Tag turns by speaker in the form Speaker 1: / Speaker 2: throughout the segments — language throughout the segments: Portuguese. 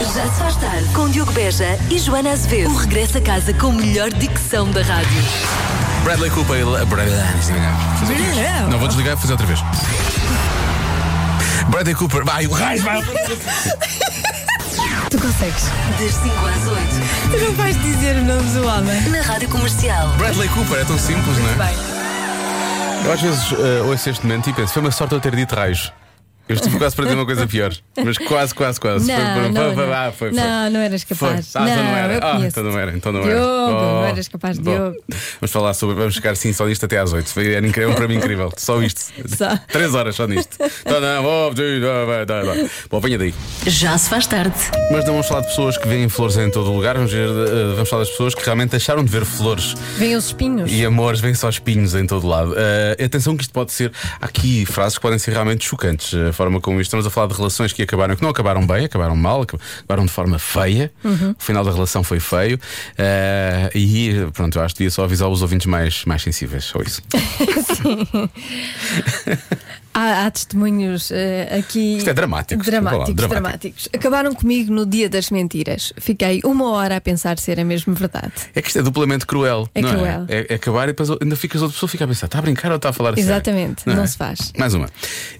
Speaker 1: Já se faz tarde com Diogo Beja e Joana Azevedo. O regresso a casa com a melhor dicção da rádio.
Speaker 2: Bradley Cooper e Le- Bradley- ah, é Fazer outra vez. Não vou desligar vou fazer outra vez. Bradley Cooper, vai, o raio vai.
Speaker 3: Tu consegues.
Speaker 1: Das 5 às
Speaker 3: Tu não vais dizer o nome do homem.
Speaker 1: 8, na Rádio Comercial.
Speaker 2: Bradley Cooper, é tão simples, não é?
Speaker 3: Bem,
Speaker 2: Eu às vezes eh, ouço este momento e penso, foi uma sorte eu ter dito raios. Eu estive quase para dizer uma coisa pior. Mas quase, quase, quase. Foi-
Speaker 3: não,
Speaker 2: foi-
Speaker 3: não,
Speaker 2: foi-
Speaker 3: não.
Speaker 2: ah, foi- foi.
Speaker 3: não, não eras
Speaker 2: Foi.
Speaker 3: capaz.
Speaker 2: Ah,
Speaker 3: não,
Speaker 2: então não era.
Speaker 3: eu
Speaker 2: Ah,
Speaker 3: conheço.
Speaker 2: então não era, então não era.
Speaker 3: Diogo,
Speaker 2: Oh,
Speaker 3: não eras capaz de
Speaker 2: bom.
Speaker 3: Diogo.
Speaker 2: Vamos falar sobre, vamos ficar assim só nisto até às 8. Foi, era incrível, para mim incrível. Só isto.
Speaker 3: Só.
Speaker 2: Três horas só nisto. Então, não, oh, vai, vai, vai. tá. Bom, venha daí.
Speaker 1: Já se faz tarde.
Speaker 2: Mas não vamos falar de pessoas que veem flores em todo o lugar, vamos, ver, eh, vamos falar das pessoas que realmente deixaram de ver flores
Speaker 3: Vêm os espinhos.
Speaker 2: então- e amores, vêm só espinhos em todo lado. Eh, atenção que isto pode ser. Há aqui frases que podem ser realmente chocantes. eh, A forma como isto. Estamos a falar de relações que acabaram, que não acabaram bem, acabaram mal, acabaram de forma feia. O final da relação foi feio. Eh, e pronto, eu acho que devia só avisar os ouvintes mais, mais sensíveis. Só isso.
Speaker 3: Há, há testemunhos eh, aqui.
Speaker 2: Isto é dramático, isto é
Speaker 3: Dramáticos,
Speaker 2: verdade,
Speaker 3: dramáticos. Acabaram comigo no dia das mentiras. Fiquei uma hora a pensar se era mesmo verdade.
Speaker 2: É que isto é duplamente cruel.
Speaker 3: É
Speaker 2: não
Speaker 3: cruel.
Speaker 2: É? É, é acabar e depois ainda ficas outra pessoa fica a pensar: está a brincar ou está a falar a sério? é?
Speaker 3: Exatamente, não se faz.
Speaker 2: Mais uma.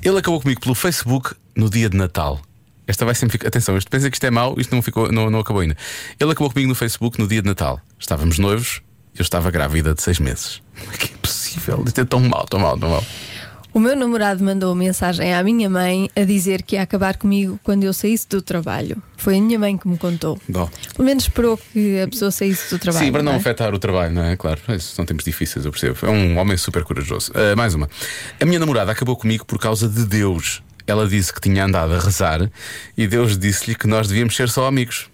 Speaker 2: Ele acabou comigo pelo Facebook no dia de Natal. Esta vai sempre ficar. Atenção, isto pensa que isto é mau, isto não, ficou, não, não acabou ainda. Ele acabou comigo no Facebook no dia de Natal. Estávamos noivos, eu estava grávida de seis meses. Como é que é possível? Isto é tão mau, tão mau, tão mau.
Speaker 3: O meu namorado mandou mensagem à minha mãe a dizer que ia acabar comigo quando eu saísse do trabalho. Foi a minha mãe que me contou.
Speaker 2: Dó.
Speaker 3: Pelo menos esperou que a pessoa saísse do trabalho.
Speaker 2: Sim, para não
Speaker 3: é?
Speaker 2: afetar o trabalho, não é? Claro, esses são tempos difíceis, eu percebo. É um homem super corajoso. Ah, mais uma. A minha namorada acabou comigo por causa de Deus. Ela disse que tinha andado a rezar e Deus disse-lhe que nós devíamos ser só amigos.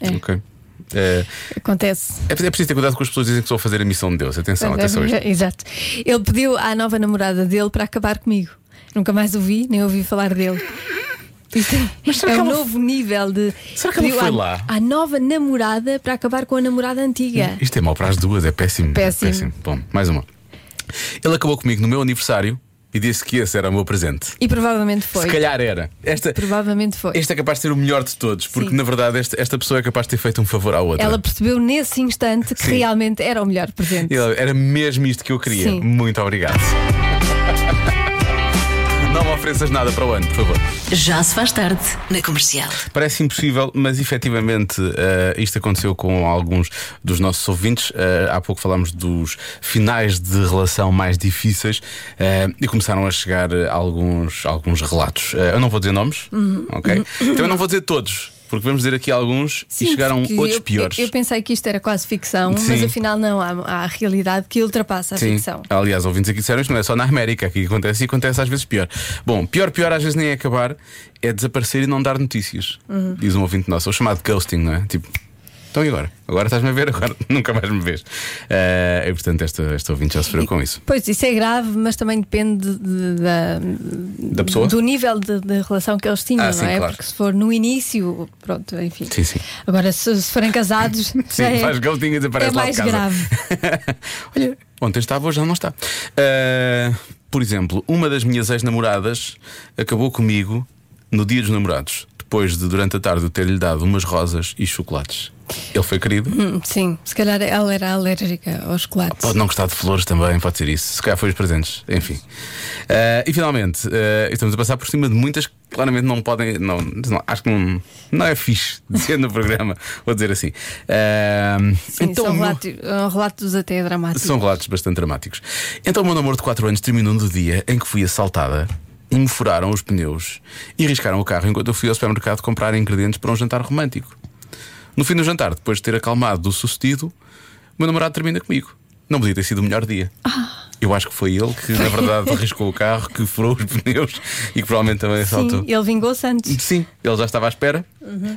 Speaker 3: É.
Speaker 2: Ok. Ah,
Speaker 3: Acontece.
Speaker 2: É preciso é preciso ter cuidado com as pessoas que dizem que estou a fazer a missão de Deus. Atenção, atenção a isto.
Speaker 3: é, Exato. Ele pediu à nova namorada dele para acabar comigo. Nunca mais ouvi, nem ouvi falar dele. Isto é- é um novo nível de.
Speaker 2: Será que ela
Speaker 3: pediu
Speaker 2: foi
Speaker 3: à-
Speaker 2: lá?
Speaker 3: À nova namorada para acabar com a namorada antiga.
Speaker 2: Isto é mau para as duas, é péssimo.
Speaker 3: Péssimo.
Speaker 2: Bom, mais uma. Ele acabou comigo no meu aniversário e disse que esse era o meu presente.
Speaker 3: E provavelmente foi.
Speaker 2: Se calhar era. Esta,
Speaker 3: Provavelmente foi.
Speaker 2: este é capaz de ser o melhor de todos, porque
Speaker 3: Sim.
Speaker 2: na verdade esta, esta pessoa é capaz de ter feito um favor à outra.
Speaker 3: Ela percebeu nesse instante que
Speaker 2: Sim.
Speaker 3: realmente era o melhor presente.
Speaker 2: E ela, Era mesmo isto que eu queria.
Speaker 3: Sim.
Speaker 2: Muito obrigado. Não me ofereças nada para o ano, por favor.
Speaker 1: Já se faz tarde na Comercial.
Speaker 2: Parece impossível, mas efetivamente eh, isto aconteceu com alguns dos nossos ouvintes. Eh, há pouco falámos dos finais de relação mais difíceis eh, e começaram a chegar eh, alguns, alguns relatos. Eh, eu não vou dizer nomes,
Speaker 3: Uhum.
Speaker 2: ok? Também não vou dizer todos, porque vamos dizer aqui alguns
Speaker 3: Sim,
Speaker 2: e chegaram
Speaker 3: porque
Speaker 2: outros
Speaker 3: eu,
Speaker 2: piores.
Speaker 3: Eu, eu pensei que isto era quase ficção, mas
Speaker 2: Sim.
Speaker 3: afinal não. Há, há a realidade que ultrapassa a
Speaker 2: Sim.
Speaker 3: ficção.
Speaker 2: Aliás, ouvintes aqui disseram isto não é só na América que acontece e acontece às vezes pior. Bom, pior, pior às vezes nem é acabar, é desaparecer e não dar notícias.
Speaker 3: Uhum.
Speaker 2: Diz um ouvinte nosso, o chamado ghosting, não é? Tipo, então e agora? Agora estás-me a ver, agora nunca mais me vês. Eh, e portanto, esta, esta ouvinte já sofreu com isso.
Speaker 3: Pois, isso é grave, mas também depende de- da,
Speaker 2: Da pessoa?
Speaker 3: do nível de, de relação que eles tinham,
Speaker 2: Ah,
Speaker 3: não
Speaker 2: sim,
Speaker 3: é?
Speaker 2: claro.
Speaker 3: Porque se for no início, pronto, enfim.
Speaker 2: Sim, sim.
Speaker 3: Agora, se, se forem casados,
Speaker 2: Sim,
Speaker 3: já é,
Speaker 2: faz ghosting e desaparece
Speaker 3: é
Speaker 2: lá
Speaker 3: mais
Speaker 2: de casa.
Speaker 3: grave.
Speaker 2: Olha, ontem estava, hoje já não está. Eh, por exemplo, uma das minhas ex-namoradas acabou comigo no dia dos namorados, depois de durante a tarde eu ter-lhe dado umas rosas e chocolates. Ele foi querido.
Speaker 3: Hum, Sim, se calhar ela era alérgica aos chocolates.
Speaker 2: Ah, Pode não gostar de flores também, pode ser isso. Se calhar foi os presentes, enfim. Eh, e finalmente, eh, estamos a passar por cima de muitas que claramente não podem. Não, não- acho que não, não é fixe dizer no programa, vou dizer assim. Eh,
Speaker 3: Sim,
Speaker 2: então,
Speaker 3: são
Speaker 2: o meu-
Speaker 3: relatos, é são relatos até dramáticos.
Speaker 2: são relatos bastante dramáticos. Então, o meu namoro de 4 anos terminou no dia em que fui assaltada e me furaram os pneus e riscaram o carro enquanto eu fui ao supermercado comprar ingredientes para um jantar romântico. No fim do jantar, depois de ter acalmado do sucedido, o meu namorado termina comigo. Não podia ter sido o melhor dia. Eu acho que foi ele que, na verdade, arriscou o carro, que furou os pneus e que provavelmente também assaltou.
Speaker 3: Sim, Uhum. ele vingou-se antes.
Speaker 2: Sim, ele já estava à espera.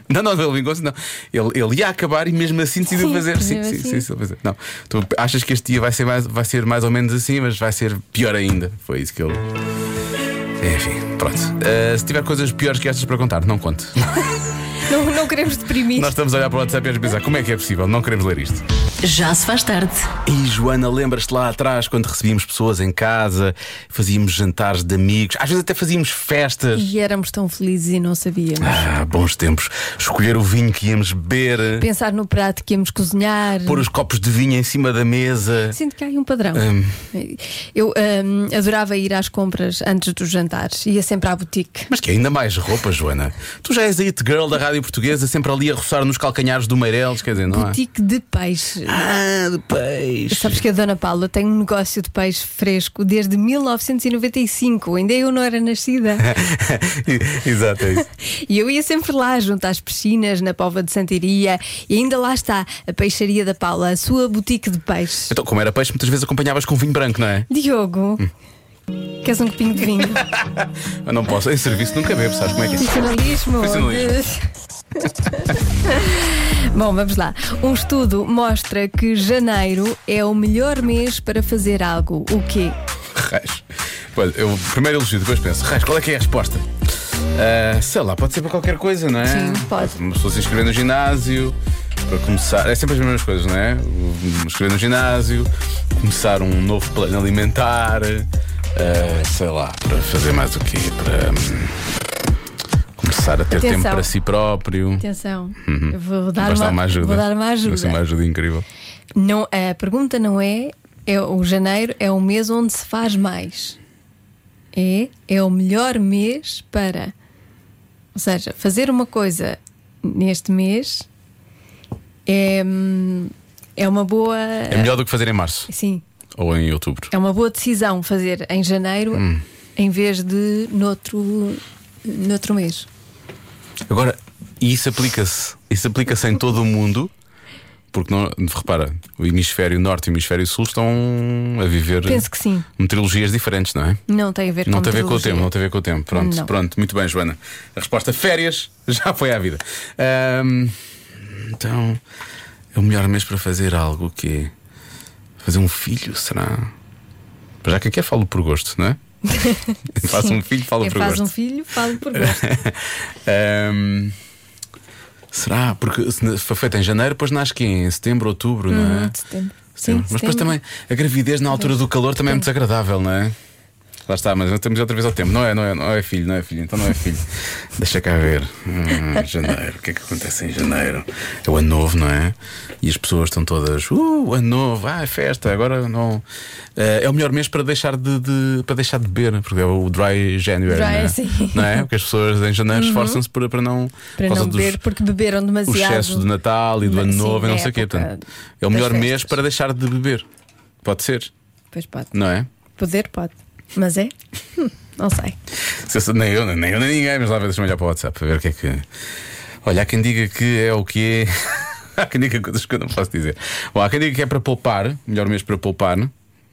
Speaker 2: Não, não, ele vingou-se, não. Ele, ele ia acabar e mesmo assim decidiu
Speaker 3: Sim,
Speaker 2: fazer. Sim,
Speaker 3: mesmo
Speaker 2: sim,
Speaker 3: assim.
Speaker 2: sim, sim, ele fez. Não, tu achas que este dia vai ser, mais, vai ser mais ou menos assim, mas vai ser pior ainda. Foi isso que ele. Eh, Enfim, pronto. Ah, se tiver coisas piores que estas para contar, não conte.
Speaker 3: Não, não queremos deprimir.
Speaker 2: Nós estamos a olhar para o WhatsApp e a pensar como é que é possível, não queremos ler isto.
Speaker 1: Já se faz tarde.
Speaker 2: E Joana, lembras-te lá atrás quando recebíamos pessoas em casa, fazíamos jantares de amigos, às vezes até fazíamos festas.
Speaker 3: E éramos tão felizes e não sabíamos.
Speaker 2: Ah, bons tempos. Escolher o vinho que íamos beber,
Speaker 3: Pensar no prato que íamos cozinhar.
Speaker 2: pôr os copos de vinho em cima da mesa.
Speaker 3: Sinto que há aí um padrão.
Speaker 2: Hum.
Speaker 3: Eu hum, adorava ir às compras antes dos jantares. Ia sempre à boutique.
Speaker 2: Mas que é ainda mais roupa, Joana. Tu já és a it girl da rádio portuguesa, sempre ali a roçar nos calcanhares do Meireles, quer dizer, não é?
Speaker 3: Boutique de peixe.
Speaker 2: Ah, de peixe.
Speaker 3: Sabes que a Dona Paula tem um negócio de peixe fresco desde 1995. Ainda eu não era nascida.
Speaker 2: Exato, é isso.
Speaker 3: E eu ia sempre lá, junto às piscinas, na Pova de Santiria, e ainda lá está a Peixaria da Paula, a sua boutique de peixe.
Speaker 2: Então, como era peixe, muitas vezes acompanhavas com vinho branco, não é?
Speaker 3: Diogo,
Speaker 2: Hum.
Speaker 3: queres um copinho de vinho?
Speaker 2: Eu não posso, em serviço nunca bebo, sabes como é que é?
Speaker 3: Profissionalismo.
Speaker 2: Profissionalismo.
Speaker 3: Bom, vamos lá. Um estudo mostra que janeiro é o melhor mês para fazer algo. O quê?
Speaker 2: Raios. Olha, eu primeiro elogio, depois penso, Raios, qual é que é a resposta? Ah, sei lá, pode ser para qualquer coisa, não é?
Speaker 3: Sim, pode.
Speaker 2: Uma pessoa se inscrever no ginásio, para começar. É sempre as mesmas coisas, não é? O- Inscrever no ginásio, começar um novo plano alimentar, ah, sei lá, para fazer mais o quê? Para hum, começar a ter
Speaker 3: Atenção.
Speaker 2: tempo para si próprio.
Speaker 3: Atenção, eu vou dar,
Speaker 2: Vais dar Uhum. uma ajuda.
Speaker 3: vou dar uma ajuda.
Speaker 2: Vai ser uma ajuda incrível.
Speaker 3: Não, a pergunta não é, é o janeiro é o mês onde se faz mais. É, é o melhor mês para. Ou seja, fazer uma coisa neste mês é, hum, é uma boa.
Speaker 2: É melhor do que fazer em março
Speaker 3: Sim,
Speaker 2: ou em outubro.
Speaker 3: é uma boa decisão fazer em janeiro
Speaker 2: Hum.
Speaker 3: em vez de noutro, noutro mês.
Speaker 2: Agora, e isso aplica-se. Isso aplica-se em todo o mundo, porque não, repara, o hemisfério norte e o hemisfério sul estão a viver
Speaker 3: Penso que sim.
Speaker 2: meteorologias diferentes, não é?
Speaker 3: Não tem a ver
Speaker 2: Não
Speaker 3: com
Speaker 2: tem a ver com o
Speaker 3: meteorologia.
Speaker 2: tempo, não tem a ver com o tempo. Pronto,
Speaker 3: Não.
Speaker 2: pronto, muito bem, Joana. A resposta férias já foi à vida. Ahm, então, é o melhor mês para fazer algo que é fazer um filho, será? Para já quem quer falo por gosto, não é? Faço um filho, falo
Speaker 3: Quem
Speaker 2: por
Speaker 3: faz
Speaker 2: gosto.
Speaker 3: um filho, falo por gosto.
Speaker 2: Ahm, será? Porque se na- foi feito em janeiro, depois nasce que em setembro, outubro, não é?
Speaker 3: de setembro.
Speaker 2: Setembro.
Speaker 3: Sim,
Speaker 2: mas depois
Speaker 3: setembro.
Speaker 2: também a gravidez na altura do calor também é muito desagradável, não é? Lá está, mas estamos outra vez ao tempo. Não é, não é, não é filho, não é filho, então não é filho. Deixa cá ver. Hum, janeiro, o que é que acontece em janeiro? É o ano novo, não é? E as pessoas estão todas, uh, ano novo, ah, é festa, agora não. Eh, é o melhor mês para deixar de, de- para deixar de beber, porque é o dry January.
Speaker 3: Dry,
Speaker 2: não é?
Speaker 3: sim. Uhum.
Speaker 2: Não é? Porque as pessoas em janeiro esforçam-se para, para não. por
Speaker 3: Para
Speaker 2: causa
Speaker 3: não
Speaker 2: dos-
Speaker 3: beber, porque beberam
Speaker 2: o
Speaker 3: demasiado.
Speaker 2: excesso de Natal e do
Speaker 3: Sim,
Speaker 2: Ano Novo e não
Speaker 3: da
Speaker 2: sei o quê.
Speaker 3: época
Speaker 2: Portanto, é o
Speaker 3: das
Speaker 2: melhor mês
Speaker 3: festas.
Speaker 2: para deixar de beber. Pode ser,
Speaker 3: Pois pode.
Speaker 2: não é?
Speaker 3: Poder pode. Mas é? Hum, não sei.
Speaker 2: Se eu- nem, eu, nem eu, nem ninguém, mas lá vai, deixa-me olhar para o WhatsApp para ver o que é que. Olha, há quem diga que é o que é. há quem diga coisas que eu não posso dizer. Bom, há quem diga que é para poupar, o melhor mês para poupar.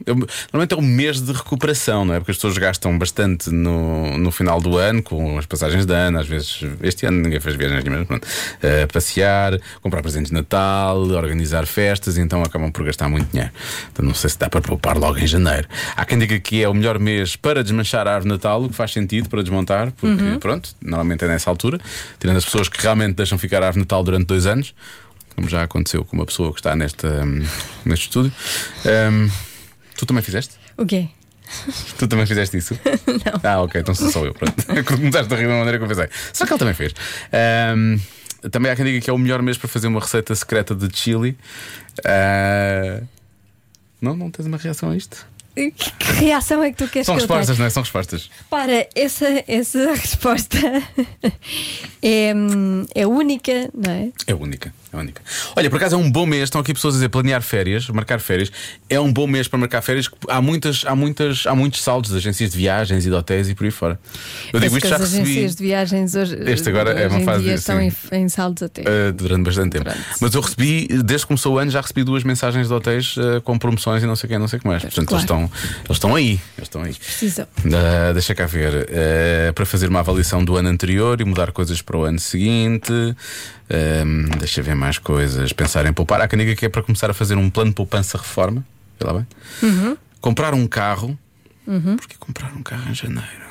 Speaker 2: Eu- Normalmente é um mês de recuperação, não é? Porque as pessoas gastam bastante no, no final do ano com as passagens de ano. Às vezes, este ano ninguém fez viagens nenhumas, pronto. Eh, passear, comprar presentes de Natal, organizar festas, e então acabam por gastar muito dinheiro. Então não sei se dá para poupar logo em janeiro. Há quem diga que é o melhor mês para desmanchar a árvore de Natal, o que faz sentido para desmontar, porque pronto, normalmente é nessa altura, tirando as pessoas que realmente deixam ficar a árvore de Natal durante dois anos, como já aconteceu com uma pessoa que está nesta, hum, neste estúdio. Hum, tu também fizeste?
Speaker 3: O quê?
Speaker 2: Tu também fizeste isso? Não. Ah, ok, então sou só eu. Pronto. Quando Começaste a rir de uma maneira que eu pensei. Será que ele também fez? Ahm, também há quem diga que é o melhor mês para fazer uma receita secreta de chili. Ah, não, não tens uma reação a isto?
Speaker 3: Que, que reação é que tu queres
Speaker 2: São
Speaker 3: que eu tenha?
Speaker 2: respostas, não é? São respostas.
Speaker 3: Para, essa, essa resposta é, hum, é única, não é?
Speaker 2: É única, é única. Olha, por acaso é um bom mês, estão aqui pessoas a dizer planear férias, marcar férias. É um bom mês para marcar férias. Há muitas, há muitas, há muitos saldos de agências de viagens e de hotéis e por aí fora. Eu digo
Speaker 3: Parece
Speaker 2: isto
Speaker 3: que
Speaker 2: já
Speaker 3: as
Speaker 2: recebi.
Speaker 3: agências de viagens hoje,
Speaker 2: Este agora é
Speaker 3: hoje
Speaker 2: uma
Speaker 3: em
Speaker 2: fase
Speaker 3: dia
Speaker 2: de-
Speaker 3: estão
Speaker 2: sim.
Speaker 3: em, em saldos até.
Speaker 2: Uh, durante bastante tempo.
Speaker 3: Durante.
Speaker 2: Mas eu recebi, desde que começou o ano, já recebi duas mensagens de hotéis uh, com promoções e não sei o que, não sei o que mais. Portanto, eles,
Speaker 3: claro.
Speaker 2: estão, eles estão aí. Eles estão aí.
Speaker 3: Precisam.
Speaker 2: Uh, deixa cá ver. Uh, para fazer uma avaliação do ano anterior e mudar coisas para o ano seguinte. Um, deixa ver mais coisas. Pensar em poupar. Há quem diga que é para começar a fazer um plano de poupança-reforma. Vê lá bem.
Speaker 3: Uhum.
Speaker 2: Comprar um carro. Porquê comprar um carro em janeiro?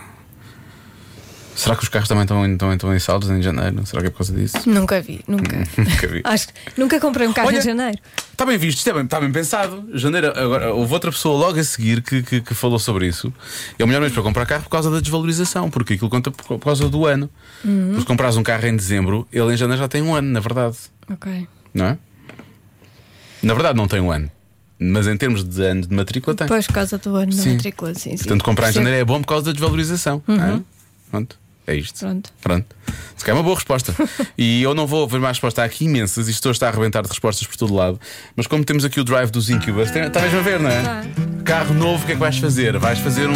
Speaker 2: Será que os carros também estão, em- estão, estão em saldos em janeiro? Será que é por causa disso?
Speaker 3: Nunca vi, nunca.
Speaker 2: Nunca vi.
Speaker 3: Acho que nunca comprei um carro
Speaker 2: Olha-
Speaker 3: em janeiro.
Speaker 2: Está bem visto, isto é bem- está bem, pensado. Janeiro, agora, houve outra pessoa logo a seguir que, que, que falou sobre isso. É o melhor mês para comprar carro por causa da desvalorização, porque aquilo conta por, por causa do ano. Porque se compras um carro em dezembro, ele em janeiro já tem um ano, na verdade.
Speaker 3: Ok.
Speaker 2: Não é? Na verdade, não tem um ano. Mas em termos de ano de matrícula, tem.
Speaker 3: Depois, por causa do ano da
Speaker 2: Sim.
Speaker 3: matrícula, sim, sim.
Speaker 2: Portanto, comprar em
Speaker 3: Percebo.
Speaker 2: janeiro é bom por causa da desvalorização. não é? Pronto, é isto.
Speaker 3: Pronto.
Speaker 2: Pronto. Se calhar é uma boa resposta. e eu não vou ver mais resposta. Há aqui imensas. Isto hoje está a arrebentar de respostas por todo lado. Mas como temos aqui o drive dos Incubus, tem- está mesmo a ver, não é?
Speaker 3: Tá.
Speaker 2: Carro novo, o que é que vais fazer? Vais fazer um.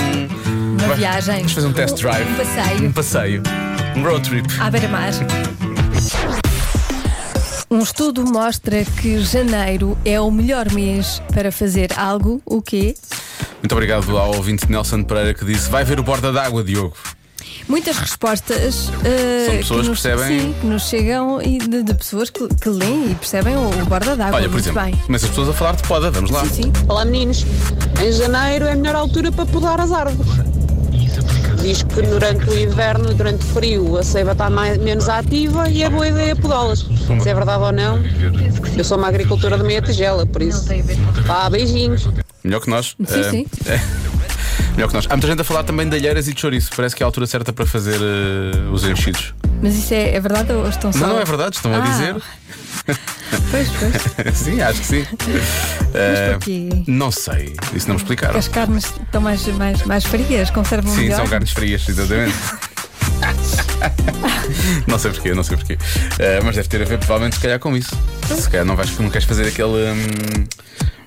Speaker 3: Uma
Speaker 2: vais-
Speaker 3: viagem.
Speaker 2: Vais fazer um test
Speaker 3: Um-
Speaker 2: drive.
Speaker 3: um passeio.
Speaker 2: Um passeio. Um road trip.
Speaker 3: À beira-mar. Um estudo mostra que janeiro é o melhor mês para fazer algo, o quê?
Speaker 2: Muito obrigado ao ouvinte Nelson Pereira que disse: vai ver o borda d'água, Diogo.
Speaker 3: Ah, Muitas respostas eh,
Speaker 2: São pessoas que
Speaker 3: nos,
Speaker 2: percebem-
Speaker 3: sim, que nos chegam e de, de pessoas que, que leem e percebem o, o guarda-d'água.
Speaker 2: Olha, por
Speaker 3: Muito
Speaker 2: exemplo,
Speaker 3: bem.
Speaker 2: começa as pessoas a falar de poda. Vamos lá.
Speaker 3: Sim, sim.
Speaker 4: Olá meninos, em janeiro é a melhor altura para podar as árvores. Diz que durante o inverno, durante o frio, a seiva está mais, menos ativa e é boa ideia podá-las. Se é verdade ou não, eu sou uma agricultora de meia tigela, por isso. Vá, beijinhos.
Speaker 2: Melhor que nós.
Speaker 3: Sim,
Speaker 2: Eh,
Speaker 3: sim.
Speaker 2: Melhor que nós. Há muita gente a falar também de alheiras e de chouriço. Parece que é a altura certa para fazer eh, os enchidos.
Speaker 3: Mas isso é, é verdade ou estão só.
Speaker 2: Não, não é verdade, estão a
Speaker 3: Ah.
Speaker 2: dizer.
Speaker 3: Pois, pois.
Speaker 2: sim, acho que sim. Eh,
Speaker 3: porquê?
Speaker 2: não sei, isso não me explicaram.
Speaker 3: As carnes estão mais, mais, mais frias, conservam
Speaker 2: Sim,
Speaker 3: melhor.
Speaker 2: são carnes frias, exatamente. não sei porquê, não sei porquê. Eh, mas deve ter a ver, provavelmente, se calhar, com isso. Se calhar não, vais, não queres fazer aquele. hum,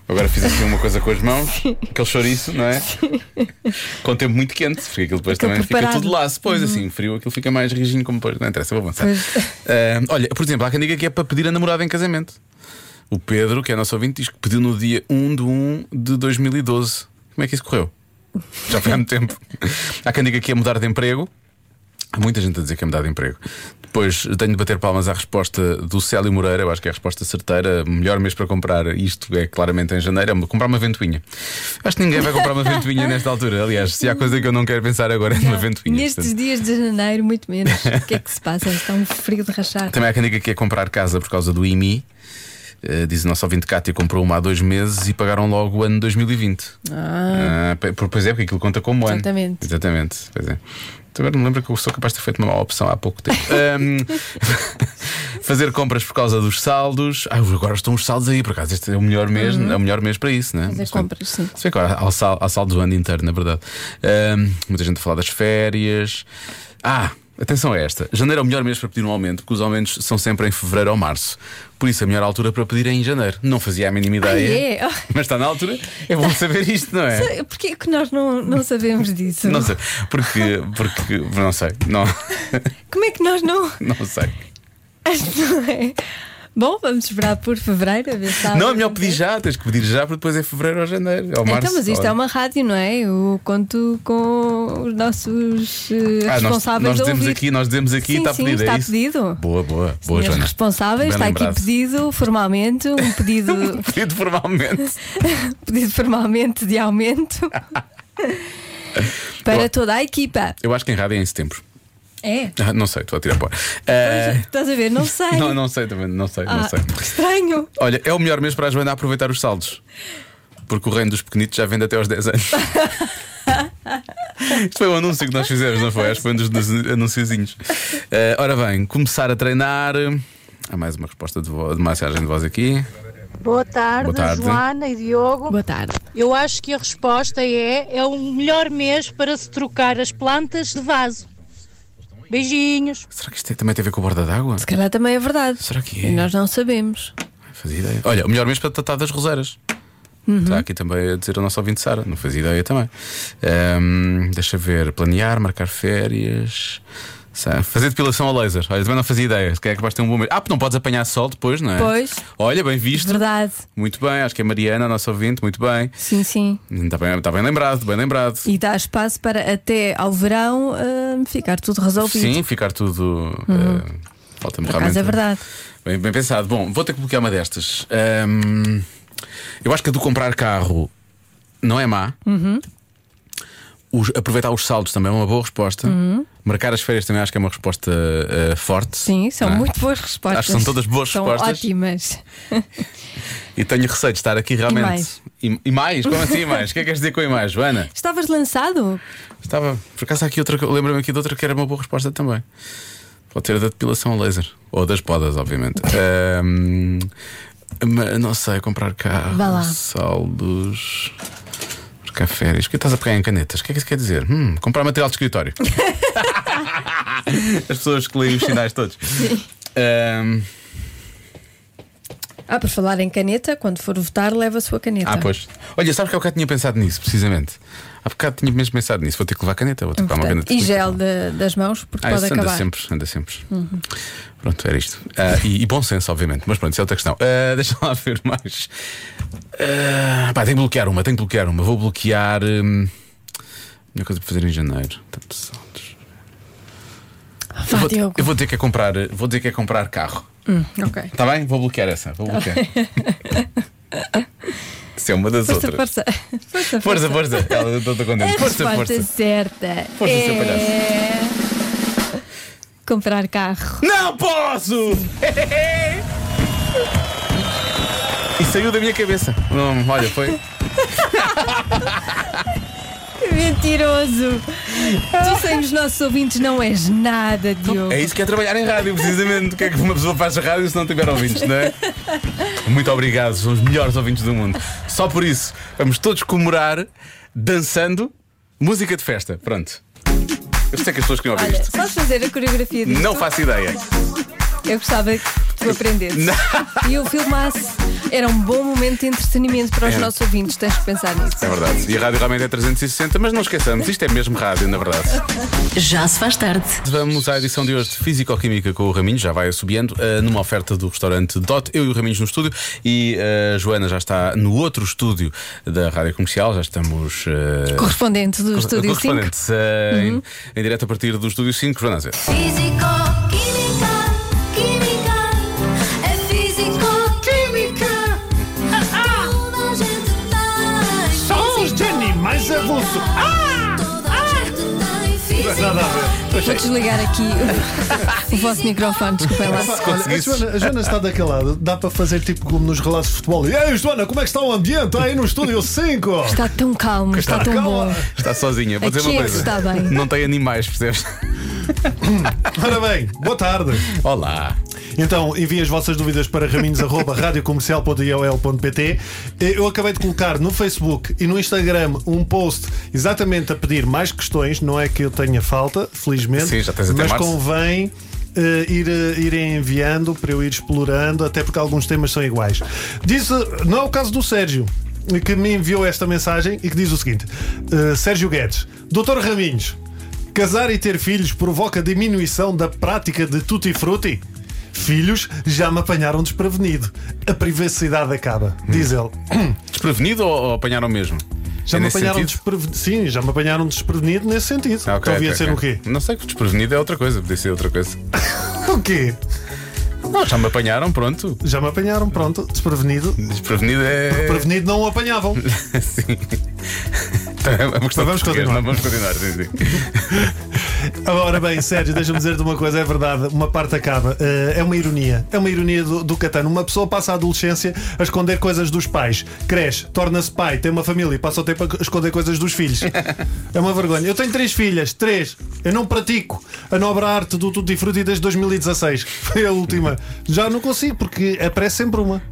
Speaker 2: agora fiz assim uma coisa com as mãos, aquele chouriço, não é? Com tempo muito quente, porque aquilo depois
Speaker 3: Fica
Speaker 2: também
Speaker 3: preparado. Uhum.
Speaker 2: fica tudo laço. Pois, assim, frio, aquilo fica mais rijinho como depois. Não interessa, vou avançar.
Speaker 3: Pois.
Speaker 2: Eh, olha, por exemplo, há quem diga que é para pedir a namorada em casamento. O Pedro, que é nosso ouvinte, diz que pediu no dia 1 de 1 de 2012. Como é que isso correu? Já foi há muito tempo. Há quem diga que é mudar de emprego. Há muita gente a dizer que é mudar de emprego. Depois tenho de bater palmas à resposta do Célio Moreira, eu acho que é a resposta certeira. Melhor mês para comprar isto é claramente em janeiro, é comprar uma ventoinha. Acho que ninguém vai comprar uma ventoinha nesta altura. Aliás, se há coisa que eu não quero pensar agora é numa ventoinha.
Speaker 3: Nestes
Speaker 2: portanto.
Speaker 3: dias de janeiro, muito menos. O que é que se passa? Está um frio de rachar.
Speaker 2: Também há quem diga que é comprar casa por causa do IMI. Eh, diz o nosso ouvinte Cátia comprou uma há dois meses e pagaram logo o ano 2020. Ah, pe- por- pois é, porque aquilo conta como ano.
Speaker 3: Exatamente.
Speaker 2: Exatamente. Pois é. Também me lembro que eu sou capaz de ter feito uma má opção há pouco tempo. Ahm, fazer compras por causa dos saldos. Ah, agora estão os saldos aí, por acaso. Este é o melhor mês, é o melhor mês para isso, né?
Speaker 3: Uhum. Fazer
Speaker 2: Mas,
Speaker 3: compras, sim.
Speaker 2: Se bem que agora há o sal- há saldo do ano inteiro, na verdade. Ahm, muita gente a falar das férias. Ah, atenção a esta. Janeiro é o melhor mês para pedir um aumento, porque os aumentos são sempre em fevereiro ou março. Por isso, a melhor altura para pedir é em janeiro. Não fazia a mínima
Speaker 3: Ah,
Speaker 2: ideia.
Speaker 3: é?
Speaker 2: Mas está na altura. É bom saber isto, não é?
Speaker 3: Porquê é que nós não, não sabemos disso?
Speaker 2: Não sei, porque, porque não sei, não,
Speaker 3: Como é que nós não.
Speaker 2: não sei.
Speaker 3: Acho que não é. Bom, vamos esperar por fevereiro a ver se há
Speaker 2: Não, é
Speaker 3: algum
Speaker 2: melhor pedir
Speaker 3: tempo.
Speaker 2: já, tens que pedir já, porque depois é fevereiro ou janeiro. Ou março,
Speaker 3: Ah, Então, mas isto
Speaker 2: ou...
Speaker 3: é uma rádio, não é? Eu conto com os nossos eh,
Speaker 2: Ah, nós,
Speaker 3: responsáveis
Speaker 2: nós
Speaker 3: a
Speaker 2: dizemos
Speaker 3: ouvir.
Speaker 2: aqui, nós dizemos aqui,
Speaker 3: Sim,
Speaker 2: está
Speaker 3: sim,
Speaker 2: pedido. é
Speaker 3: está
Speaker 2: isso?
Speaker 3: pedido.
Speaker 2: Boa, boa, boa,
Speaker 3: Senhores
Speaker 2: Joana.
Speaker 3: responsáveis,
Speaker 2: Bem
Speaker 3: está
Speaker 2: lembrado.
Speaker 3: aqui pedido formalmente, um pedido,
Speaker 2: Pedido formalmente.
Speaker 3: pedido formalmente de aumento para toda a equipa.
Speaker 2: Eu acho que em rádio é em setembro.
Speaker 3: É?
Speaker 2: Ah, não sei, estou a tirar para. Ah,
Speaker 3: Estás a ver? Não sei.
Speaker 2: não, não sei também, não sei, não
Speaker 3: Ah,
Speaker 2: sei.
Speaker 3: que estranho.
Speaker 2: Olha, é o melhor mês para a Joana aproveitar os saldos. Porque o reino dos pequenitos já vende até aos 10 anos. Isto foi um anúncio que nós fizemos, não foi? Acho que foi um dos dos anunciozinhos. Eh, ora bem, começar a treinar. Há mais uma resposta de, vo- de massagem de voz aqui.
Speaker 5: Boa tarde,
Speaker 2: Boa tarde.
Speaker 5: Joana e Diogo.
Speaker 3: Boa tarde.
Speaker 6: Eu acho que a resposta é: é o melhor mês para se trocar as plantas de vaso. Beijinhos.
Speaker 2: Será que isto tem- também tem a ver com a borda d'água?
Speaker 3: Se calhar também é verdade.
Speaker 2: Será que
Speaker 3: E
Speaker 2: é?
Speaker 3: nós não sabemos.
Speaker 2: Fazia ideia. Olha, o melhor mês para tratar das roseiras.
Speaker 3: Uhum.
Speaker 2: Está aqui também a dizer o nosso ouvinte Sara, não fazia ideia também. Ahm, deixa ver, planear, marcar férias. sa- Fazer depilação a laser. Olha, também não fazia ideia. Se calhar que vais ter um bom mês. Ah, porque não podes apanhar sol depois, não é?
Speaker 3: Pois.
Speaker 2: Olha, bem visto.
Speaker 3: Verdade.
Speaker 2: Muito bem, acho que é Mariana, a nossa ouvinte, muito bem.
Speaker 3: Sim, sim.
Speaker 2: Está bem, está bem lembrado, bem lembrado.
Speaker 3: E dá espaço para até ao verão hum, ficar tudo resolvido.
Speaker 2: Sim, ficar tudo. eh, Falta-me
Speaker 3: Uhum. Por acaso
Speaker 2: realmente. um
Speaker 3: é verdade.
Speaker 2: Bem, bem pensado. Bom, vou ter que bloquear uma destas.
Speaker 3: Uhum.
Speaker 2: Ahm, eu acho que a do comprar carro não é má. Os- aproveitar os saldos também é uma boa resposta.
Speaker 3: Uhum.
Speaker 2: Marcar as férias também acho que é uma resposta eh, forte.
Speaker 3: Sim, são
Speaker 2: não é?
Speaker 3: muito boas respostas.
Speaker 2: Acho que são todas boas
Speaker 3: São
Speaker 2: respostas.
Speaker 3: ótimas.
Speaker 2: E tenho receio de estar aqui realmente.
Speaker 3: mais?
Speaker 2: E, e mais? Como assim mais? o que é que queres dizer com e mais, Joana?
Speaker 3: Estavas lançado?
Speaker 2: Estava. Por acaso há aqui outra. que- Lembra-me aqui de outra que era uma boa resposta também. Pode ser a da depilação a laser. Ou das podas, obviamente. Ahm, ma- não sei, comprar carro.
Speaker 3: Vá lá.
Speaker 2: Saldos. Marcar férias. O que estás a pegar em canetas? O que é que isso quer dizer? Hum, comprar material de escritório. As pessoas que leem os sinais todos. Ahm,
Speaker 3: Ah, por falar em caneta, quando for votar, leva a sua caneta.
Speaker 2: ah, pois. Olha, sabes que eu bocado tinha pensado nisso, precisamente. Há bocado tinha mesmo pensado nisso. Vou ter que levar caneta, vou ter que levar uma
Speaker 3: Importante.
Speaker 2: caneta.
Speaker 3: e gel da- das mãos, porque
Speaker 2: Ah,
Speaker 3: pode
Speaker 2: isso anda
Speaker 3: acabar. Uhum.
Speaker 2: sempre, anda sempre. Pronto, era isto. Ah, e, e bom senso, obviamente, mas pronto, isso é outra questão. Ah, deixa lá ver mais. Ah, pá, tenho que bloquear uma, tenho que bloquear uma. Vou bloquear. hum, minha coisa para fazer em janeiro. Tantos saldos.
Speaker 3: Vá,
Speaker 2: Eu vou,
Speaker 3: Diogo.
Speaker 2: eu vou ter que é comprar, vou ter que é comprar carro.
Speaker 3: Ok.
Speaker 2: Está bem? Vou bloquear essa.
Speaker 3: Tá
Speaker 2: Vou bloquear. Isso é uma das
Speaker 3: Força,
Speaker 2: outras.
Speaker 3: força. Força, É
Speaker 2: Força, força. Ela- eu Estou
Speaker 3: A
Speaker 2: contente. Força,
Speaker 3: resposta
Speaker 2: força.
Speaker 3: certa
Speaker 2: Força, seu
Speaker 3: é... Comprar carro.
Speaker 2: Não posso! E saiu da minha cabeça. Não, olha, foi.
Speaker 3: Que Mentiroso! tu sem os nossos ouvintes não és nada, Diogo.
Speaker 2: É isso que é trabalhar em rádio, precisamente. O que é que uma pessoa faz a rádio se não tiver ouvintes, não é? Muito obrigado, são os melhores ouvintes do mundo. Só por isso, vamos todos comemorar dançando música de festa. Pronto. Eu sei que as pessoas queriam ouvir
Speaker 3: Olha,
Speaker 2: isto.
Speaker 3: só fazer a coreografia disto.
Speaker 2: Não faço ideia.
Speaker 3: Eu gostava que tu aprendesses. E eu filmasse. Era um bom momento de entretenimento para os
Speaker 2: Era.
Speaker 3: nossos ouvintes, tens que pensar nisso.
Speaker 2: É verdade. E a rádio realmente é 360, mas não esqueçamos, isto é mesmo rádio, na verdade.
Speaker 1: Já se faz tarde.
Speaker 2: Vamos à edição de hoje de Físico-Química com o Raminhos, já vai assobiando, eh, numa oferta do restaurante Dot, eu e o Raminhos no estúdio e eh, a Joana já está no outro estúdio da Rádio Comercial, já estamos. eh,
Speaker 3: Correspondente do Estúdio Uhum. 5.
Speaker 2: correspondentes, eh, em, em direto a partir do Estúdio 5, Joana Azevedo.
Speaker 7: Físico, química, química, é físico, química. Toda a gente tem.
Speaker 8: São os
Speaker 7: físico,
Speaker 8: animais é
Speaker 7: química.
Speaker 8: avulso. Ah!
Speaker 7: Toda a gente tem físico.
Speaker 8: nada a
Speaker 3: Vou desligar aqui o- o vosso microfone, desculpem lá.
Speaker 8: Olha, a Joana, a Joana está daquela, dá para fazer tipo como nos relatos de futebol. E aí, Joana, como é que está o ambiente aí no estúdio 5?
Speaker 3: Está tão calmo, está, tão bom.
Speaker 2: Está sozinha, vou dizer
Speaker 3: Aqui
Speaker 2: uma
Speaker 3: é que
Speaker 2: coisa.
Speaker 3: está bem.
Speaker 2: Não tem animais, percebes?
Speaker 8: Ora bem, boa tarde.
Speaker 2: Olá.
Speaker 8: Então, enviem as vossas dúvidas para raminhos.radiocomercial.iol.pt. Eh, Eu acabei de colocar no Facebook e no Instagram um post exatamente a pedir mais questões. Não é que eu tenha falta, felizmente.
Speaker 2: Sim, já tens até
Speaker 8: Mas
Speaker 2: março.
Speaker 8: convém. eh, ir, eh, irem enviando para eu ir explorando, até porque alguns temas são iguais. Diz, eh, não é o caso do Sérgio, que me enviou esta mensagem e que diz o seguinte: eh, Sérgio Guedes, Doutor Raminhos, casar e ter filhos provoca diminuição da prática de tutti-frutti? Filhos já me apanharam desprevenido. A privacidade acaba,
Speaker 2: Hum.
Speaker 8: diz ele.
Speaker 2: Desprevenido ou, ou apanharam mesmo?
Speaker 8: Já
Speaker 2: É
Speaker 8: me
Speaker 2: nesse
Speaker 8: apanharam
Speaker 2: sentido?
Speaker 8: desprevenido. Sim, já me apanharam desprevenido nesse sentido.
Speaker 2: Ah, ok,
Speaker 8: então devia
Speaker 2: ok,
Speaker 8: ser
Speaker 2: ok.
Speaker 8: o quê?
Speaker 2: Não sei, desprevenido é outra coisa, podia ser outra coisa.
Speaker 8: O quê?
Speaker 2: Não, já me apanharam, pronto.
Speaker 8: Já me apanharam, pronto, desprevenido.
Speaker 2: Desprevenido é.
Speaker 8: Prevenido não o apanhavam.
Speaker 2: Sim. Então, é uma questão
Speaker 8: Vamos
Speaker 2: de português,
Speaker 8: continuar.
Speaker 2: não, Vamos continuar, sim, sim.
Speaker 8: Agora bem, Sérgio, deixa-me dizer-te uma coisa, é verdade, uma parte acaba. Eh, é uma ironia. É uma ironia do, do Catano. Uma pessoa passa a adolescência a esconder coisas dos pais, cresce, torna-se pai, tem uma família e passa o tempo a esconder coisas dos filhos. É uma vergonha. Eu tenho três filhas, três. Eu não pratico a nobre arte do Tutti Frutti desde 2016. Foi a última. Já não consigo, porque aparece sempre uma.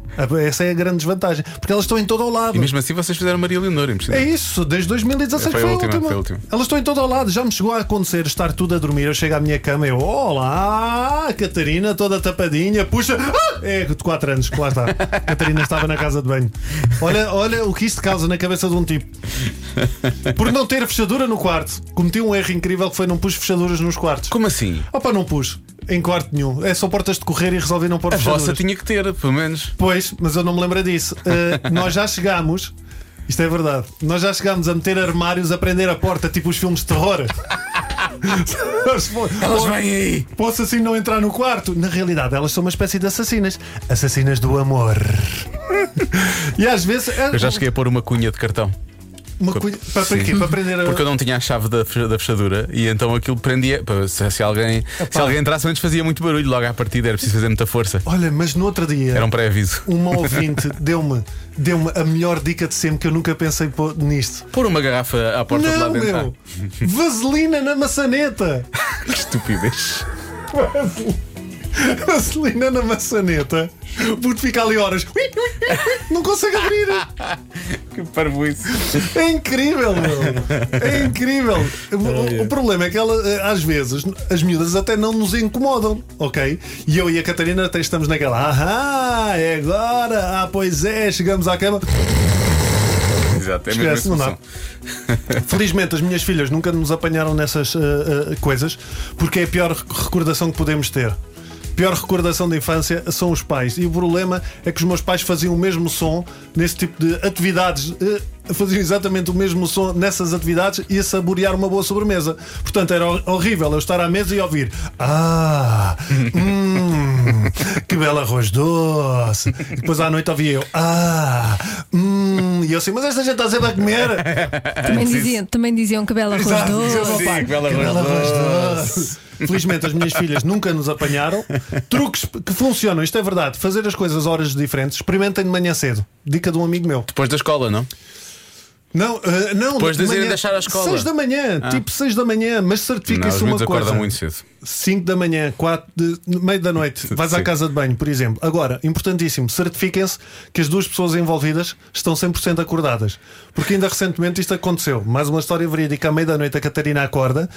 Speaker 8: Essa é a grande desvantagem. Porque elas estão em todo ao lado.
Speaker 2: E mesmo assim vocês fizeram Maria Leonor,
Speaker 8: É
Speaker 2: impressionante.
Speaker 8: isso, desde 2016
Speaker 2: É, Foi
Speaker 8: foi,
Speaker 2: a última,
Speaker 8: a última.
Speaker 2: foi a última.
Speaker 8: Elas estão em todo ao lado, já me chegou a acontecer estar tudo a dormir. Eu chego à minha cama e eu, olá, Catarina, toda tapadinha, puxa. Ah! É de 4 anos, que lá está. Catarina estava na casa de banho. Olha, olha o que isto causa na cabeça de um tipo. Por não ter fechadura no quarto, cometi um erro incrível que foi não pus fechaduras nos quartos.
Speaker 2: Como assim?
Speaker 8: Opa, não pus. Em quarto nenhum. É só portas de correr e resolvi não pôr
Speaker 2: A
Speaker 8: fechaduras.
Speaker 2: vossa tinha que ter, pelo menos.
Speaker 8: Pois, mas eu não me lembro disso. Uh, nós já chegámos, isto é verdade, nós já chegámos a meter armários a prender a porta, tipo os filmes de terror.
Speaker 2: Elas vêm aí!
Speaker 8: Posso assim não entrar no quarto? Na realidade, elas são uma espécie de assassinas. Assassinas do amor. e às vezes. é
Speaker 2: Eu já cheguei a pôr uma cunha de cartão.
Speaker 8: Uma colher. Para, para quê? Para aprender a.
Speaker 2: Porque eu não tinha a chave da, fecha- da fechadura e então aquilo prendia. pá, Se, se alguém, se alguém entrasse antes fazia muito barulho, logo à partida era preciso fazer muita força.
Speaker 8: Olha, mas no outro dia.
Speaker 2: Era um pré-aviso.
Speaker 8: Uma ouvinte deu-me deu a melhor dica de sempre que eu nunca pensei pô- nisto.
Speaker 2: Pôr uma garrafa à porta de lá
Speaker 8: Não,
Speaker 2: dentro. ah.
Speaker 8: meu! Vaselina na maçaneta!
Speaker 2: Que estupidez.
Speaker 8: Vaselina na maçaneta! Porque fica ali horas. Não consegue abrir!
Speaker 2: Que parvoíce.
Speaker 8: É incrível, meu! É incrível! O, o problema é que ela, eh, às vezes, as miúdas até não nos incomodam, ok? E eu e a Catarina até estamos naquela. Ahá, é agora! Ah, pois é, chegamos à cama.
Speaker 2: Exato, é mesmo
Speaker 8: Esquece,
Speaker 2: essa
Speaker 8: não dá.
Speaker 2: solução.
Speaker 8: Felizmente as minhas filhas nunca nos apanharam nessas ah, ah, coisas, porque é a pior rec- recordação que podemos ter. Pior recordação da infância são os pais. E o problema é que os meus pais faziam o mesmo som nesse tipo de atividades. ah, Faziam exatamente o mesmo som nessas atividades e a saborear uma boa sobremesa. Portanto, era hor- horrível eu estar à mesa e ouvir: Ah, hum, que belo arroz doce. E depois à noite ouvia eu: Ah, hum, e eu assim, mas esta gente está sempre a comer.
Speaker 3: Também, diziam, também um diziam que bela arroz
Speaker 8: Exato, diziam
Speaker 3: doce.
Speaker 8: ao pai,
Speaker 2: Sim, que belo
Speaker 8: "Que
Speaker 2: arroz
Speaker 8: belo arroz
Speaker 2: doce."
Speaker 8: doce. Felizmente as minhas filhas nunca nos apanharam. Truques que funcionam, isto é verdade. Fazer as coisas a horas diferentes. Experimentem de manhã cedo. Dica de um amigo meu.
Speaker 2: Depois da escola, não?
Speaker 8: Não, eh, não.
Speaker 2: Depois de irem
Speaker 8: manhã,
Speaker 2: deixar a escola. Ah.
Speaker 8: 6 da manhã, tipo 6 da manhã, mas
Speaker 2: não, os
Speaker 8: certifica-se uma
Speaker 2: miúdos
Speaker 8: coisa.
Speaker 2: acordam muito cedo.
Speaker 8: 5 da manhã, 4 de meio da noite, vais à
Speaker 2: Sim.
Speaker 8: casa de banho, por exemplo. Agora, importantíssimo, certifiquem-se que as duas pessoas envolvidas estão 100% acordadas. Porque ainda recentemente isto aconteceu. Mais uma história verídica, à meia da noite a Catarina acorda.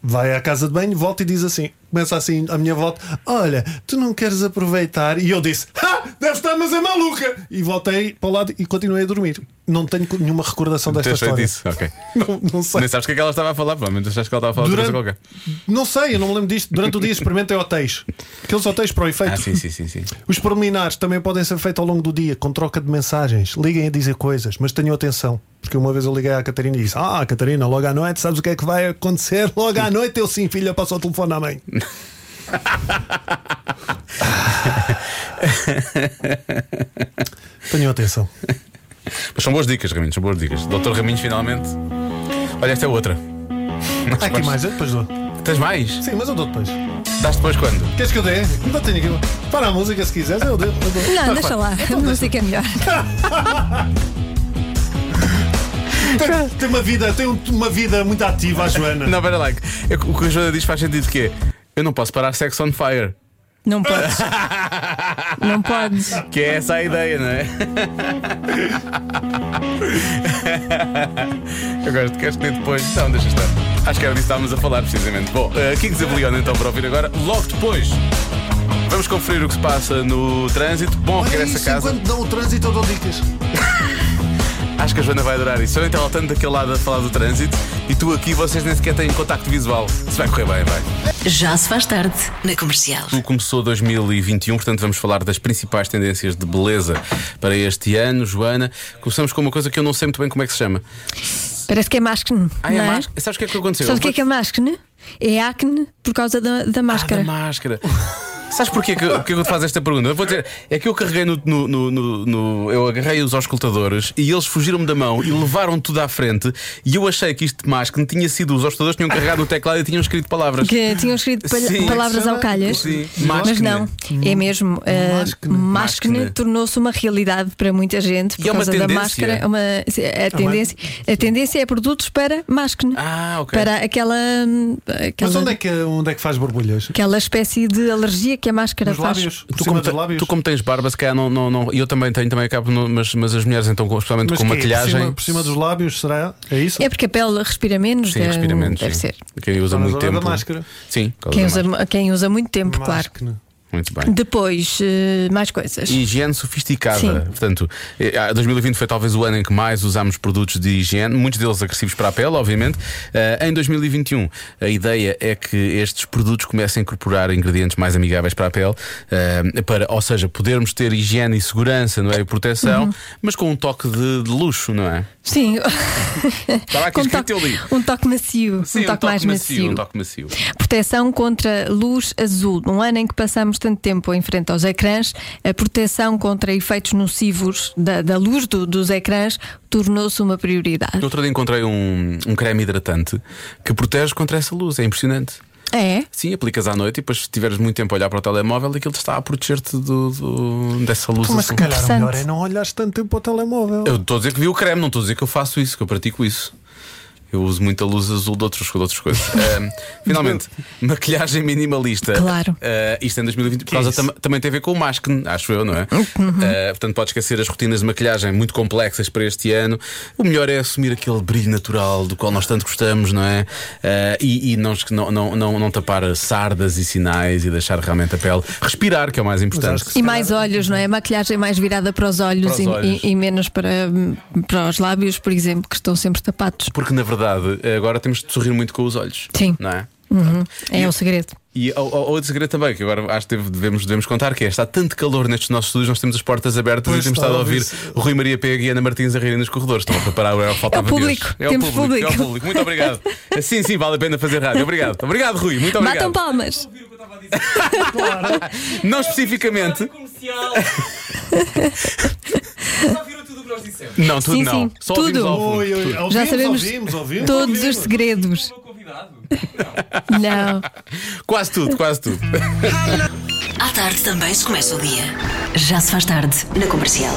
Speaker 8: Vai à casa de banho, volta e diz assim: começa assim a minha volta, olha, tu não queres aproveitar? E eu disse, ah, deve estar, mas é maluca! E voltei para o lado e continuei a dormir. Não tenho nenhuma recordação desta
Speaker 2: Tens feito
Speaker 8: história.
Speaker 2: isso? Ok.
Speaker 8: Não, não sei.
Speaker 2: Nem sabes o que é que ela estava a falar, provavelmente achaste que ela estava a falar de outra
Speaker 8: Durante-
Speaker 2: coisa
Speaker 8: Não sei, eu não me lembro disto. Durante o dia experimentem hotéis. Aqueles hotéis para o efeito.
Speaker 2: qualquer. Ah, sim, sim, sim, sim.
Speaker 8: Os preliminares também podem ser feitos ao longo do dia, com troca de mensagens. Liguem a dizer coisas, mas tenham atenção. Porque uma vez eu liguei à Catarina e disse: Ah, Catarina, logo à noite, sabes o que é que vai acontecer? Logo à noite, eu sim, filha, passo o telefone à mãe. tenham atenção.
Speaker 2: Mas são boas dicas, Raminhos, são boas dicas. Doutor Raminhos, finalmente. Olha, esta é outra.
Speaker 8: Aqui mais, eu depois dou.
Speaker 2: Tens mais?
Speaker 8: Sim, mas eu dou depois.
Speaker 2: Dás depois quando?
Speaker 8: Queres que eu dê? Ainda tenho aqui. Para a música, se quiseres, eu dou. Eu dou.
Speaker 3: Não, deixa lá. Não sei o que é melhor.
Speaker 8: Tem, tem uma vida, tem um- uma vida muito ativa a Joana.
Speaker 2: Não, pera lá. Eu- o que a Joana diz faz sentido que é. Eu não posso parar Sex on Fire.
Speaker 3: Não podes. Não podes.
Speaker 2: Que é essa a ideia, não é? Eu gosto, queres que dê depois? Não, deixa estar. Acho que era disso que estávamos a falar, precisamente. Bom, eh, Kings of Leon, então, para ouvir agora, logo depois. Vamos conferir o que se passa no trânsito. Bom
Speaker 8: Olha
Speaker 2: regresso a
Speaker 8: isso,
Speaker 2: casa.
Speaker 8: enquanto dão o trânsito, eu dou dicas.
Speaker 2: Acho que a Joana vai adorar isso. Olha, então, ela tanto daquele lado a falar do trânsito e tu aqui, vocês nem sequer têm contacto visual. Se vai correr bem, vai.
Speaker 1: Já se faz tarde na comercial.
Speaker 2: Outubro começou 2021, portanto vamos falar das principais tendências de beleza para este ano, Joana. Começamos com uma coisa que eu não sei muito bem como é que se chama.
Speaker 3: Parece que é máscara.
Speaker 2: Ah, é
Speaker 3: não
Speaker 2: a
Speaker 3: é?
Speaker 2: máscara. Sabes o que é que aconteceu?
Speaker 3: Sabe o que é que é máscara? É acne por causa da, da máscara.
Speaker 2: Ah, da máscara. Sabes porquê que, porque é que eu te faço esta pergunta? Eu vou dizer, é que eu carreguei no. no- no- no- no- eu agarrei os auscultadores e eles fugiram-me da mão e levaram tudo à frente. E eu achei que isto de máscara tinha sido. Os auscultadores tinham carregado o teclado e tinham escrito palavras.
Speaker 3: Que tinham escrito palha-
Speaker 2: Sim.
Speaker 3: palavras ao calhas,
Speaker 2: Sim.
Speaker 3: mas
Speaker 2: Máscara.
Speaker 3: não, é mesmo. eh,
Speaker 8: Máscara.
Speaker 2: Máscara.
Speaker 3: máscara tornou-se uma realidade para muita gente por
Speaker 2: E é uma
Speaker 3: causa da
Speaker 2: tendência.
Speaker 3: máscara. é Uma, é a, tendência, a tendência é produtos para máscara,
Speaker 2: Ah, ok.
Speaker 3: para aquela, hum,
Speaker 8: Mas
Speaker 3: aquela,
Speaker 8: onde é, que, onde é que faz borbulhas?
Speaker 3: aquela espécie de alergia que a máscara
Speaker 8: Nos
Speaker 3: faz.
Speaker 8: lábios? Por
Speaker 2: Tu
Speaker 8: cima
Speaker 2: como,
Speaker 8: dos
Speaker 2: te-
Speaker 8: lábios?
Speaker 2: tu como tens barba, se calhar não. não, não- eu também tenho, também acabo, no- mas, mas as mulheres, então, com- especialmente
Speaker 8: Mas
Speaker 2: com
Speaker 8: quê? Por
Speaker 2: maquilhagem.
Speaker 8: cima, por cima dos lábios, será? É isso?
Speaker 3: É porque a pele respira menos,
Speaker 2: Sim,
Speaker 3: deve-
Speaker 2: respira menos.
Speaker 3: deve
Speaker 2: sim.
Speaker 3: ser.
Speaker 2: Quem usa
Speaker 8: Está na
Speaker 2: muito
Speaker 8: zona da
Speaker 2: tempo.
Speaker 8: máscara.
Speaker 2: Sim, por causa
Speaker 3: Quem
Speaker 2: da
Speaker 3: usa, quem usa muito tempo, claro.
Speaker 8: Máscara.
Speaker 2: máscara. Muito bem.
Speaker 3: Depois, eh, mais coisas.
Speaker 2: Higiene sofisticada.
Speaker 3: Sim.
Speaker 2: Portanto, eh, ah, 2020 foi talvez o ano em que mais usámos produtos de higiene, muitos deles agressivos para a pele, obviamente. Ah, em 2021, a ideia é que estes produtos comecem a incorporar ingredientes mais amigáveis para a pele, ah, para, ou seja, podermos ter higiene e segurança, não é? E proteção,
Speaker 3: Uhum.
Speaker 2: mas com um toque de, de luxo, não é?
Speaker 3: Sim.
Speaker 2: Estava aqui
Speaker 3: Com
Speaker 2: escrito, eu li.
Speaker 3: um toque macio, um toque mais macio.
Speaker 2: Um toque macio.
Speaker 3: Proteção contra luz azul. Num ano em que passamos bastante tempo em frente aos ecrãs, a proteção contra efeitos nocivos da, da luz do- dos ecrãs tornou-se uma prioridade.
Speaker 2: Outro dia encontrei um, um creme hidratante que protege contra essa luz, é impressionante.
Speaker 3: É?
Speaker 2: Sim, aplicas à noite e depois, se tiveres muito tempo a olhar para o telemóvel, aquilo está a proteger-te do- do- dessa
Speaker 3: Então,
Speaker 2: luz
Speaker 8: Mas se
Speaker 2: azul.
Speaker 8: calhar o
Speaker 3: Interessante.
Speaker 8: melhor é não olhares tanto tempo para o telemóvel.
Speaker 2: Eu estou a dizer que vi o creme, não estou a dizer que eu faço isso, que eu pratico isso. Eu uso muita luz azul de, outros, de outras coisas. Ahm, finalmente, maquilhagem minimalista.
Speaker 3: Claro.
Speaker 2: Ah, isto em 2020, por causa
Speaker 8: isso? Uhum.
Speaker 2: tam- também tem a ver com o masking, acho eu, não é? Ah, portanto, pode esquecer as rotinas de maquilhagem muito complexas para este ano. O melhor é assumir aquele brilho natural do qual nós tanto gostamos, não é? Ah, e e não, esque- não, não, não, não tapar sardas e sinais e deixar realmente a pele respirar, que é o mais importante.
Speaker 8: acho que
Speaker 3: E mais olhos, não é? A maquilhagem mais virada para os olhos,
Speaker 2: Para os
Speaker 3: e-
Speaker 2: olhos.
Speaker 3: E, e menos para, para os lábios, por exemplo, que estão sempre tapados.
Speaker 2: Porque na verdade agora temos de sorrir muito com os olhos.
Speaker 3: Sim.
Speaker 2: Não é?
Speaker 3: É o segredo.
Speaker 2: E há- há- há outro segredo também, que agora acho que deve- devemos, devemos contar, que é está tanto calor nestes nossos estúdios, nós temos as portas abertas
Speaker 8: Pois
Speaker 2: e temos
Speaker 8: está,
Speaker 2: estado a ouvir
Speaker 8: ouvi-se.
Speaker 2: o Rui Maria Pega e a Ana Martins a rirem nos corredores. Estão a preparar o falta
Speaker 3: É o público,
Speaker 2: É o
Speaker 3: temos
Speaker 2: público, é o
Speaker 3: público.
Speaker 2: público. Muito obrigado. Sim, sim, vale a pena fazer rádio. Obrigado. Obrigado, Rui. Muito obrigado.
Speaker 3: Batam palmas.
Speaker 2: Não especificamente. Não, tudo
Speaker 3: Sim,
Speaker 2: não.
Speaker 3: sim,
Speaker 2: Só ouvimos
Speaker 3: tudo.
Speaker 2: ao fundo.
Speaker 8: Oi, oi, ouvimos,
Speaker 3: Já sabemos
Speaker 8: ouvimos, ouvimos,
Speaker 3: todos os
Speaker 8: ouvimos.
Speaker 3: segredos. Não.
Speaker 2: Quase tudo, quase tudo.
Speaker 1: À tarde também se começa o dia. Já se faz tarde na comercial.